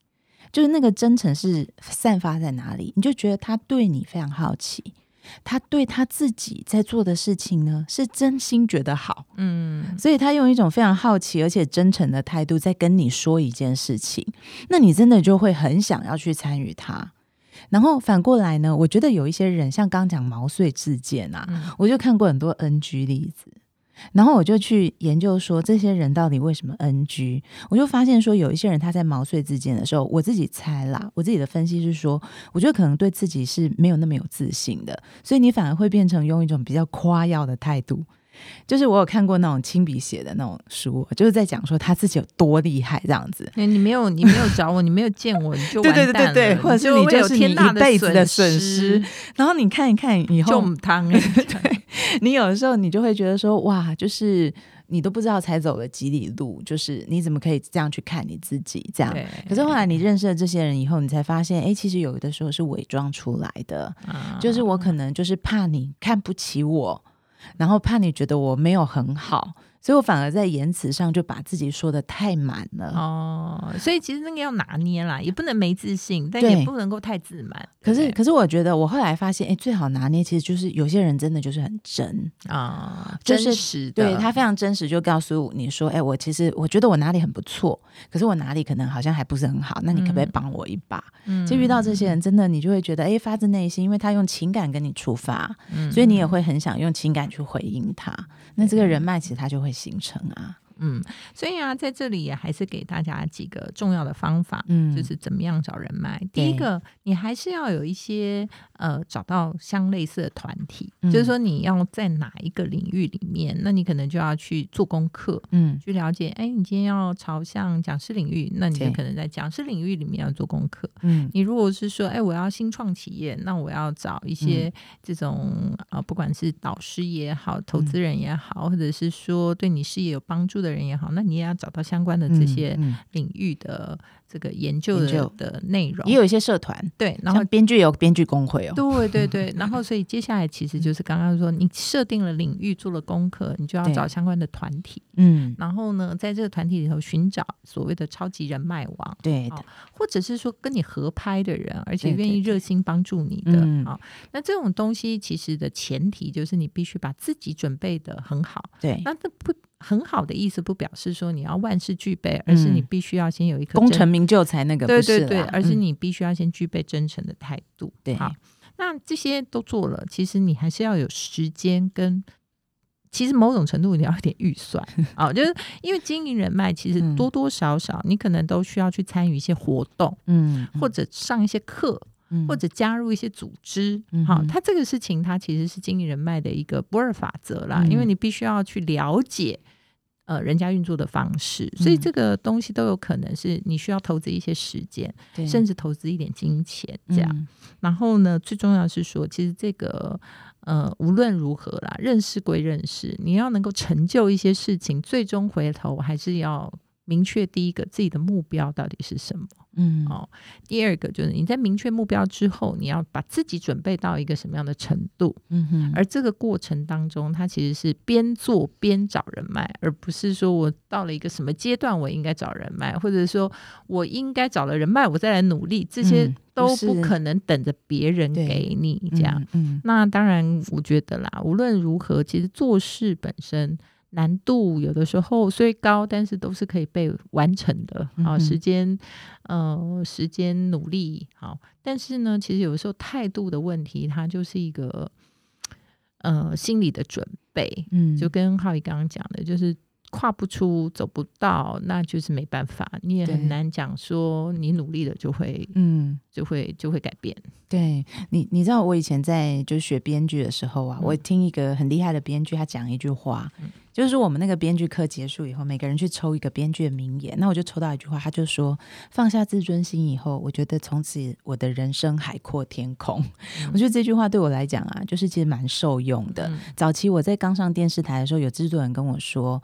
[SPEAKER 2] 就是那个真诚是散发在哪里，你就觉得他对你非常好奇，他对他自己在做的事情呢是真心觉得好，
[SPEAKER 1] 嗯
[SPEAKER 2] 所以他用一种非常好奇而且真诚的态度在跟你说一件事情，那你真的就会很想要去参与他。然后反过来呢，我觉得有一些人像刚刚讲毛遂自荐啊，
[SPEAKER 1] 嗯
[SPEAKER 2] 我就看过很多 NG 例子，然后我就去研究说这些人到底为什么 NG，我就发现说有一些人他在毛遂自荐的时候，我自己猜啦，我自己的分析是说，我觉得可能对自己是没有那么有自信的，所以你反而会变成用一种比较夸耀的态度。就是我有看过那种亲笔写的那种书，就是在讲说他自己有多厉害这样子。
[SPEAKER 1] 哎那你没有，你没有找我，你没有见我，你就完蛋了
[SPEAKER 2] 对对对对对或者是
[SPEAKER 1] 你
[SPEAKER 2] 你
[SPEAKER 1] 会
[SPEAKER 2] 就
[SPEAKER 1] 有
[SPEAKER 2] 是
[SPEAKER 1] 天
[SPEAKER 2] 你
[SPEAKER 1] 大
[SPEAKER 2] 一辈子的
[SPEAKER 1] 损
[SPEAKER 2] 损失，然后你看一看以后，
[SPEAKER 1] 就汤 欸
[SPEAKER 2] 你有的时候你就会觉得说，哇，就是你都不知道才走了几里路，就是你怎么可以这样去看你自己这样？
[SPEAKER 1] 对，
[SPEAKER 2] 可是后来你认识了这些人以后，你才发现，哎，其实有的时候是伪装出来的，
[SPEAKER 1] 啊
[SPEAKER 2] 就是我可能就是怕你看不起我，然后怕你觉得我没有很好，所以我反而在言辞上就把自己说的太满了。
[SPEAKER 1] 哦，所以其实那个要拿捏啦，也不能没自信，但
[SPEAKER 2] 对
[SPEAKER 1] 也不能够太自满。
[SPEAKER 2] 可
[SPEAKER 1] 对
[SPEAKER 2] 是，
[SPEAKER 1] 不
[SPEAKER 2] 可是我觉得我后来发现，哎，最好拿捏其实就是有些人真的就是很真，
[SPEAKER 1] 对啊，
[SPEAKER 2] 就是
[SPEAKER 1] 真实的，
[SPEAKER 2] 对他非常真实，就告诉你说，哎，我其实我觉得我哪里很不错，可是我哪里可能好像还不是很好，那你可不可以
[SPEAKER 1] 嗯
[SPEAKER 2] 帮我一把？
[SPEAKER 1] 嗯
[SPEAKER 2] 就遇到这些人，真的你就会觉得，哎，发自内心，因为他用情感跟你出发，
[SPEAKER 1] 嗯啊
[SPEAKER 2] 所以你也会很想用情感去回应他。那这个人脉其实它就会形成啊，
[SPEAKER 1] 嗯，所以啊，在这里也还是给大家几个重要的方法，
[SPEAKER 2] 嗯，
[SPEAKER 1] 就是怎么样找人脉。第一
[SPEAKER 2] 对
[SPEAKER 1] 个，你还是要有一些呃，找到相类似的团体，
[SPEAKER 2] 嗯
[SPEAKER 1] 就是说你要在哪一个领域里面，那你可能就要去做功课。
[SPEAKER 2] 嗯
[SPEAKER 1] 去了解，哎，你今天要朝向讲师领域，那你就
[SPEAKER 2] 对
[SPEAKER 1] 可能在讲师领域里面要做功课。
[SPEAKER 2] 嗯
[SPEAKER 1] 你如果是说，哎，我要新创企业，那我要找
[SPEAKER 2] 嗯
[SPEAKER 1] 一些这种、呃，不管是导师也好，投
[SPEAKER 2] 嗯
[SPEAKER 1] 资人也好，或者是说对你事业有帮助的人也好，那你也要找到相关的这些
[SPEAKER 2] 嗯嗯
[SPEAKER 1] 领域的这个研究的
[SPEAKER 2] 研究
[SPEAKER 1] 的内容
[SPEAKER 2] 也。有一些社团，
[SPEAKER 1] 对，然
[SPEAKER 2] 然
[SPEAKER 1] 后
[SPEAKER 2] 后编剧有编剧工会哦，
[SPEAKER 1] 对对 对，然后所以接下来其实
[SPEAKER 2] 嗯
[SPEAKER 1] 就是刚刚说，你设定了领域，做了功课，你就要
[SPEAKER 2] 对
[SPEAKER 1] 找相关的团体，
[SPEAKER 2] 嗯，
[SPEAKER 1] 然后呢，在这个团体里头寻找所谓的超级人脉网。
[SPEAKER 2] 对
[SPEAKER 1] 好或者是说跟你合拍的人，而且
[SPEAKER 2] 对对
[SPEAKER 1] 愿意热心帮助你的
[SPEAKER 2] 嗯
[SPEAKER 1] 啊、那这种东西其实的前提就是你必须把自己准备的很好。
[SPEAKER 2] 对，
[SPEAKER 1] 那这不很好的意思，不表示说你要万事俱备，而是你必须要先有一颗
[SPEAKER 2] 嗯功
[SPEAKER 1] 真
[SPEAKER 2] 成名就才那个，
[SPEAKER 1] 对
[SPEAKER 2] 不是
[SPEAKER 1] 对对，
[SPEAKER 2] 啦
[SPEAKER 1] 而是
[SPEAKER 2] 嗯
[SPEAKER 1] 你必须要先具备真诚的态度。
[SPEAKER 2] 对
[SPEAKER 1] 好，那这些都做了，其实你还是要有时间跟。其实某种程度你要有点预算啊、就是因为经营人脉，其实
[SPEAKER 2] 嗯
[SPEAKER 1] 多多少少你可能都需要去参与一些活动，
[SPEAKER 2] 嗯，
[SPEAKER 1] 或者上一些课，
[SPEAKER 2] 嗯
[SPEAKER 1] 或者加入一些组织。
[SPEAKER 2] 嗯
[SPEAKER 1] 好、
[SPEAKER 2] 哼
[SPEAKER 1] 它这个事情它其实是经营人脉的一个不二法则啦，
[SPEAKER 2] 嗯
[SPEAKER 1] 因为你必须要去了解。呃，人家运作的方式，所以
[SPEAKER 2] 嗯
[SPEAKER 1] 这个东西都有可能是你需要投资一些时间，
[SPEAKER 2] 对
[SPEAKER 1] 甚至投资一点金钱这样。
[SPEAKER 2] 嗯
[SPEAKER 1] 然后呢，最重要的是说，其实这个呃，无论如何啦，认识归认识，你要能够成就一些事情，最终回头还是要明确第一个自己的目标到底是什么。
[SPEAKER 2] 嗯
[SPEAKER 1] 哦第二个就是你在明确目标之后，你要把自己准备到一个什么样的程度，
[SPEAKER 2] 嗯哼，
[SPEAKER 1] 而这个过程当中，它其实是边做边找人脉，而不是说我到了一个什么阶段我应该找人脉，或者说我应该找了人脉我再来努力，这些
[SPEAKER 2] 嗯
[SPEAKER 1] 都
[SPEAKER 2] 不是
[SPEAKER 1] 不可能等着别人
[SPEAKER 2] 对
[SPEAKER 1] 给你这样。
[SPEAKER 2] 嗯，嗯
[SPEAKER 1] 那当然，我觉得啦，无论如何，其实做事本身难度有的时候虽高，但是都是可以被完成的。
[SPEAKER 2] 嗯
[SPEAKER 1] 好、
[SPEAKER 2] 哼
[SPEAKER 1] 时间，呃，时间努力好，但是呢，其实有的时候态度的问题，它就是一个呃心理的准备，
[SPEAKER 2] 嗯，
[SPEAKER 1] 就跟浩宇刚刚讲的，就是。跨不出，走不到，那就是没办法。你也
[SPEAKER 2] 对
[SPEAKER 1] 很难讲说你努力了就会
[SPEAKER 2] 嗯。
[SPEAKER 1] 就会就会改变。
[SPEAKER 2] 对你，你知道我以前在就学编剧的时候啊，我听一个很厉害的编剧，他讲一句话，就是说我们那个编剧课结束以后，每个人去抽一个编剧的名言，那我就抽到一句话，他就说：“放下自尊心以后，我觉得从此我的人生海阔天空。 我觉得这句话对我来讲啊，就是其实蛮受用的。
[SPEAKER 1] 嗯
[SPEAKER 2] 早期我在刚上电视台的时候，有制作人跟我说：“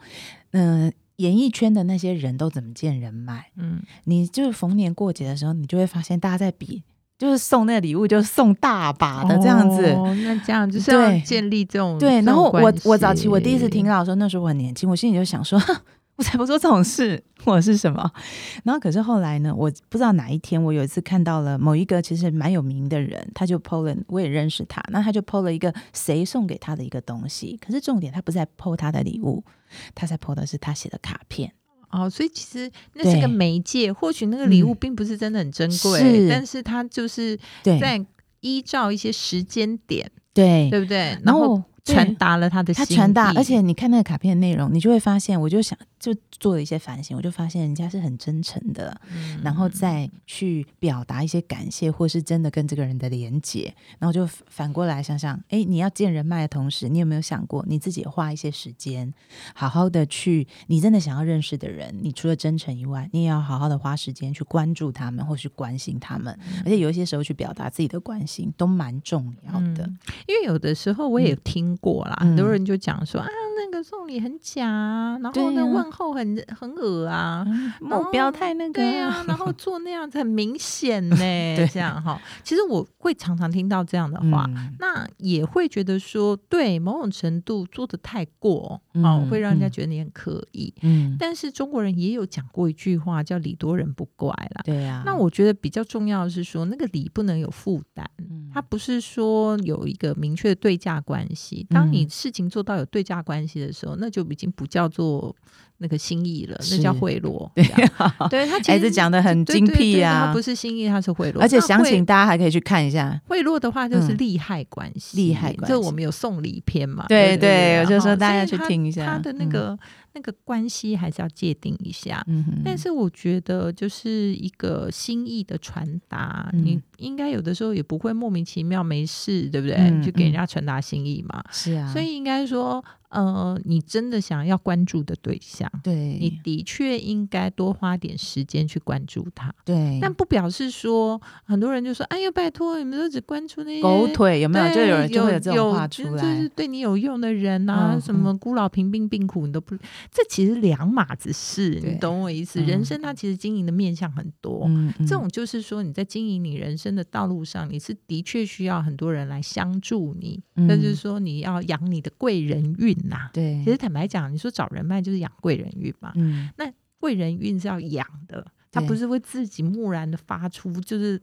[SPEAKER 2] 嗯、演艺圈的那些人都怎么见人脉？”
[SPEAKER 1] 嗯，
[SPEAKER 2] 你就是逢年过节的时候，你就会发现大家在比，就是送那个礼物就送大把的这样子。
[SPEAKER 1] 哦那这样就是要
[SPEAKER 2] 对
[SPEAKER 1] 建立这种
[SPEAKER 2] 对，
[SPEAKER 1] 这种
[SPEAKER 2] 然后我
[SPEAKER 1] 关系
[SPEAKER 2] 我早期我第一次听到的时候，那时候我很年轻，我心里就想说， 哼我才不做这种事，我是什么？然后可是后来呢，我不知道哪一天，我有一次看到了某一个其实蛮有名的人，他就 PO 了，我也认识他，那他就 PO 了一个谁送给他的一个东西，可是重点他不是在 PO 他的礼物，他在 PO 的是他写的卡片。
[SPEAKER 1] 哦，所以其实那是
[SPEAKER 2] 对
[SPEAKER 1] 个媒介，或许那个礼物
[SPEAKER 2] 嗯
[SPEAKER 1] 并不是真的很珍贵，
[SPEAKER 2] 是
[SPEAKER 1] 但是它就是
[SPEAKER 2] 对
[SPEAKER 1] 在依照一些时间点，
[SPEAKER 2] 对，
[SPEAKER 1] 对不对？
[SPEAKER 2] 然后
[SPEAKER 1] 后
[SPEAKER 2] 我对
[SPEAKER 1] 传达了他的
[SPEAKER 2] 他
[SPEAKER 1] 心
[SPEAKER 2] 传达，
[SPEAKER 1] 意
[SPEAKER 2] 而且你看那个卡片的内容，你就会发现，我就想就做了一些反省，我就发现人家是很真诚的，
[SPEAKER 1] 嗯
[SPEAKER 2] 然后再去表达一些感谢，或是真的跟这个人的连接，然后就反反过来想想，哎，你要见人脉的同时，你有没有想过你自己也花一些时间，好好的去你真的想要认识的人，你除了真诚以外，你也要好好的花时间去关注他们，或是关心他们，而且有一些时候去表达自己的关心都蛮重要的。
[SPEAKER 1] 嗯因为有的时候我也听过啦，
[SPEAKER 2] 嗯
[SPEAKER 1] 很多人就讲说啊，那个送礼很假啊，然
[SPEAKER 2] 对
[SPEAKER 1] 后那
[SPEAKER 2] 啊嗯
[SPEAKER 1] 问候很很恶啊，
[SPEAKER 2] 目标太那个、
[SPEAKER 1] 哦对啊呀、然后做那样子很明 显呢、这样哈。其实我会常常听到这样的话，
[SPEAKER 2] 嗯
[SPEAKER 1] 那也会觉得说，对某种程度做的太过
[SPEAKER 2] 嗯
[SPEAKER 1] 哦，会让人家
[SPEAKER 2] 嗯
[SPEAKER 1] 觉得你很刻意。
[SPEAKER 2] 嗯，
[SPEAKER 1] 但是中国人也有讲过一句话，叫“礼多人不怪”啦。
[SPEAKER 2] 对啊呀、
[SPEAKER 1] 那我觉得比较重要的是说，那个礼不能有负担，
[SPEAKER 2] 嗯
[SPEAKER 1] 它不是说有一个明确的对价关系。
[SPEAKER 2] 嗯
[SPEAKER 1] 当你事情做到有对价关系的时候，那就已经不叫做那个心意了，那
[SPEAKER 2] 是
[SPEAKER 1] 叫贿�赂。对 对他其
[SPEAKER 2] 孩
[SPEAKER 1] 实
[SPEAKER 2] 子讲的很
[SPEAKER 1] 对
[SPEAKER 2] 精
[SPEAKER 1] 对
[SPEAKER 2] 辟
[SPEAKER 1] 对
[SPEAKER 2] 呀、
[SPEAKER 1] 它不是心意，它是贿赂。
[SPEAKER 2] 而且
[SPEAKER 1] 那
[SPEAKER 2] 详
[SPEAKER 1] 贿
[SPEAKER 2] 情大家还可以去看一下。
[SPEAKER 1] 贿赂的话就是
[SPEAKER 2] 嗯
[SPEAKER 1] 利害关系，
[SPEAKER 2] 利害关系
[SPEAKER 1] 这我们有送礼篇嘛？
[SPEAKER 2] 对
[SPEAKER 1] 对
[SPEAKER 2] 对我就
[SPEAKER 1] 然后
[SPEAKER 2] 说大家
[SPEAKER 1] 所以
[SPEAKER 2] 去
[SPEAKER 1] 他
[SPEAKER 2] 听一下
[SPEAKER 1] 他的那个、那个关系还是要界定一下。
[SPEAKER 2] 嗯哼，
[SPEAKER 1] 但是我觉得，就是一个心意的传达，
[SPEAKER 2] 嗯
[SPEAKER 1] 你应该有的时候也不会莫名其妙没事，对不对？
[SPEAKER 2] 嗯
[SPEAKER 1] 你就给人家传达心意嘛。
[SPEAKER 2] 是啊，
[SPEAKER 1] 所以应该说，呃，你真的想要关注的对象，
[SPEAKER 2] 对
[SPEAKER 1] 你的确应该多花点时间去关注他。
[SPEAKER 2] 对
[SPEAKER 1] 但不表示说，很多人就说：“哎呀，拜托，你们都只关注那些
[SPEAKER 2] 狗腿有没有
[SPEAKER 1] 对
[SPEAKER 2] 就有人就
[SPEAKER 1] 有
[SPEAKER 2] 会有这种话
[SPEAKER 1] 有
[SPEAKER 2] 出
[SPEAKER 1] 就
[SPEAKER 2] 来？
[SPEAKER 1] 是对你有用的人啊，
[SPEAKER 2] 嗯
[SPEAKER 1] 什么孤老贫病病苦，你都不，这其实两码子事，
[SPEAKER 2] 对
[SPEAKER 1] 你懂我意思？
[SPEAKER 2] 嗯
[SPEAKER 1] 人生它其实经营的面向很多。
[SPEAKER 2] 嗯，嗯
[SPEAKER 1] 这种就是说，你在经营你人生的道路上，你是的确需要很多人来相助你，
[SPEAKER 2] 嗯
[SPEAKER 1] 那就是说你要养你的贵人运呐、
[SPEAKER 2] 对，
[SPEAKER 1] 其实坦白讲，你说找人脉就是养贵人运嘛，
[SPEAKER 2] 嗯
[SPEAKER 1] 贵人运是要养的，它
[SPEAKER 2] 对
[SPEAKER 1] 不是会自己蓦然的发出就是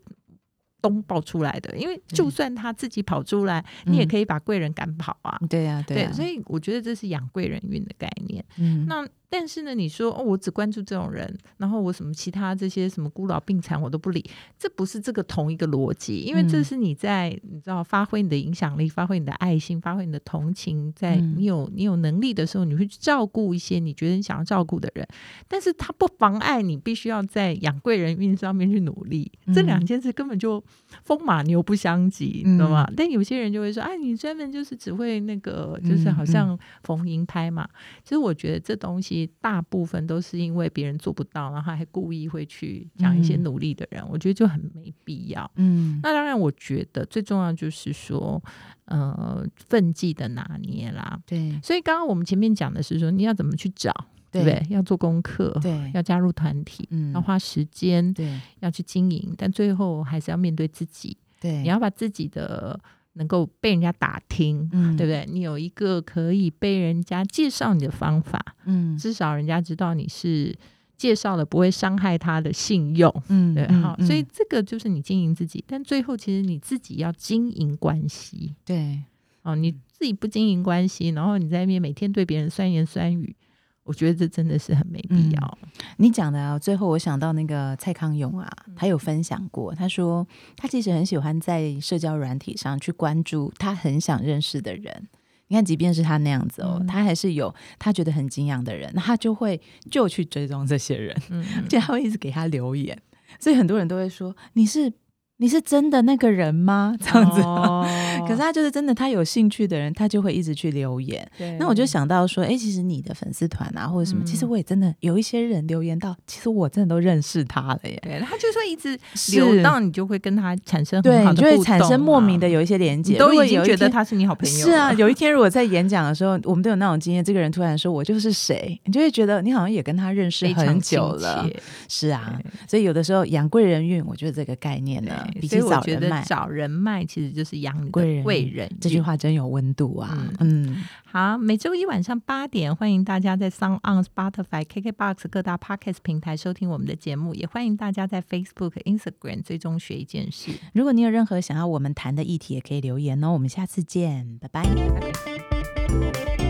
[SPEAKER 1] 东爆出来的。因为
[SPEAKER 2] 对
[SPEAKER 1] 就算他自己跑出来，
[SPEAKER 2] 嗯
[SPEAKER 1] 你也可以把贵人赶跑啊。
[SPEAKER 2] 对呀、对呀、
[SPEAKER 1] 所以我觉得这是养贵人运的概念。
[SPEAKER 2] 嗯
[SPEAKER 1] 那但是呢，你说哦，我只关注这种人，然后我什么其他这些什么孤老病残我都不理，这不是这个同一个逻辑，因为
[SPEAKER 2] 嗯
[SPEAKER 1] 这是你在、你知道发挥你的影响力，发挥你的爱心，发挥你的同情，在
[SPEAKER 2] 嗯
[SPEAKER 1] 你有你有能力的时候，你会去照顾一些你觉得你想要照顾的人，但是它不妨碍你必须要在养贵人运上面去努力，这
[SPEAKER 2] 嗯
[SPEAKER 1] 两件事根本就风马牛不相及，你懂
[SPEAKER 2] 嗯
[SPEAKER 1] 吗？但有些人就会说，哎，你专门就是只会那个，就是
[SPEAKER 2] 嗯
[SPEAKER 1] 好
[SPEAKER 2] 嗯
[SPEAKER 1] 像逢迎拍嘛，其实我觉得这东西大部分都是因为别人做不到，然后还故意会去讲一些
[SPEAKER 2] 嗯
[SPEAKER 1] 努力的人，我觉得就很没必要。
[SPEAKER 2] 嗯
[SPEAKER 1] 那当然，我觉得最重要就是说，呃，分际的拿捏啦。
[SPEAKER 2] 对
[SPEAKER 1] 所以刚刚我们前面讲的是说，你要怎么去找，对不对？要做功课，
[SPEAKER 2] 对
[SPEAKER 1] 要加入团体，
[SPEAKER 2] 嗯
[SPEAKER 1] 要花时间，
[SPEAKER 2] 对
[SPEAKER 1] 要去经营，但最后还是要面对自己。
[SPEAKER 2] 对，
[SPEAKER 1] 你要把自己的能够被人家打听，
[SPEAKER 2] 嗯
[SPEAKER 1] 对不对？你有一个可以被人家介绍你的方法，
[SPEAKER 2] 嗯
[SPEAKER 1] 至少人家知道你是介绍了不会伤害他的信用，
[SPEAKER 2] 嗯
[SPEAKER 1] 对，
[SPEAKER 2] 嗯
[SPEAKER 1] 好、
[SPEAKER 2] 嗯
[SPEAKER 1] 所以这个就是你经营自己，但最后其实你自己要经营关系
[SPEAKER 2] 对
[SPEAKER 1] 哦，你自己不经营关系，然后你在那边每天对别人酸言酸语，我觉得这真的是很没必要。
[SPEAKER 2] 你讲的啊，最后我想到那个蔡康永啊，
[SPEAKER 1] 嗯
[SPEAKER 2] 他有分享过，他说他其实很喜欢在社交软体上去关注他很想认识的人。你看，即便是他那样子哦，
[SPEAKER 1] 嗯
[SPEAKER 2] 他还是有他觉得很敬仰的人，那他就会就去追踪这些人，
[SPEAKER 1] 嗯，
[SPEAKER 2] 而且他会一直给他留言。所以很多人都会说你是你是真的那个人吗？这样子。
[SPEAKER 1] 哦
[SPEAKER 2] 可是他就是真的，他有兴趣的人，他就会一直去留言。
[SPEAKER 1] 对
[SPEAKER 2] 那我就想到说，哎、其实你的粉丝团啊，或者什么，
[SPEAKER 1] 嗯
[SPEAKER 2] 其实我也真的有一些人留言到，其实我真的都认识他了耶。
[SPEAKER 1] 对，他就会一直
[SPEAKER 2] 是
[SPEAKER 1] 流到你就会跟他产生很
[SPEAKER 2] 对，
[SPEAKER 1] 好
[SPEAKER 2] 你
[SPEAKER 1] 的
[SPEAKER 2] 就会
[SPEAKER 1] 互
[SPEAKER 2] 产
[SPEAKER 1] 动
[SPEAKER 2] 生莫
[SPEAKER 1] 嘛
[SPEAKER 2] 名的有一些连
[SPEAKER 1] 你
[SPEAKER 2] 接。
[SPEAKER 1] 都
[SPEAKER 2] 如果
[SPEAKER 1] 已经
[SPEAKER 2] 有一
[SPEAKER 1] 觉得
[SPEAKER 2] 天
[SPEAKER 1] 他是你好朋友
[SPEAKER 2] 是啊，
[SPEAKER 1] 了，
[SPEAKER 2] 有一天如果在演讲的时候，我们都有那种经验，这个人突然说我就是谁，你就会觉得你好像也跟他认识
[SPEAKER 1] 非常
[SPEAKER 2] 很久
[SPEAKER 1] 亲
[SPEAKER 2] 了
[SPEAKER 1] 切。
[SPEAKER 2] 是啊，
[SPEAKER 1] 对
[SPEAKER 2] 所以有的时候养贵人运，我觉得这个概念呢，
[SPEAKER 1] 对
[SPEAKER 2] 比
[SPEAKER 1] 所
[SPEAKER 2] 起
[SPEAKER 1] 以我
[SPEAKER 2] 找
[SPEAKER 1] 觉
[SPEAKER 2] 人
[SPEAKER 1] 得
[SPEAKER 2] 脉，
[SPEAKER 1] 找人脉其实就是养你的
[SPEAKER 2] 贵人
[SPEAKER 1] 贵
[SPEAKER 2] 运
[SPEAKER 1] 人
[SPEAKER 2] 这句话真有温度啊。嗯，
[SPEAKER 1] 好，每周一晚上八点，欢迎大家在 Sound On、Spotify、KKBox 各大 Podcast 平台收听我们的节目，也欢迎大家在 Facebook、Instagram 最终学一件事。
[SPEAKER 2] 如果你有任何想要我们谈的议题，也可以留言哦。我们下次见，拜拜。
[SPEAKER 1] 拜拜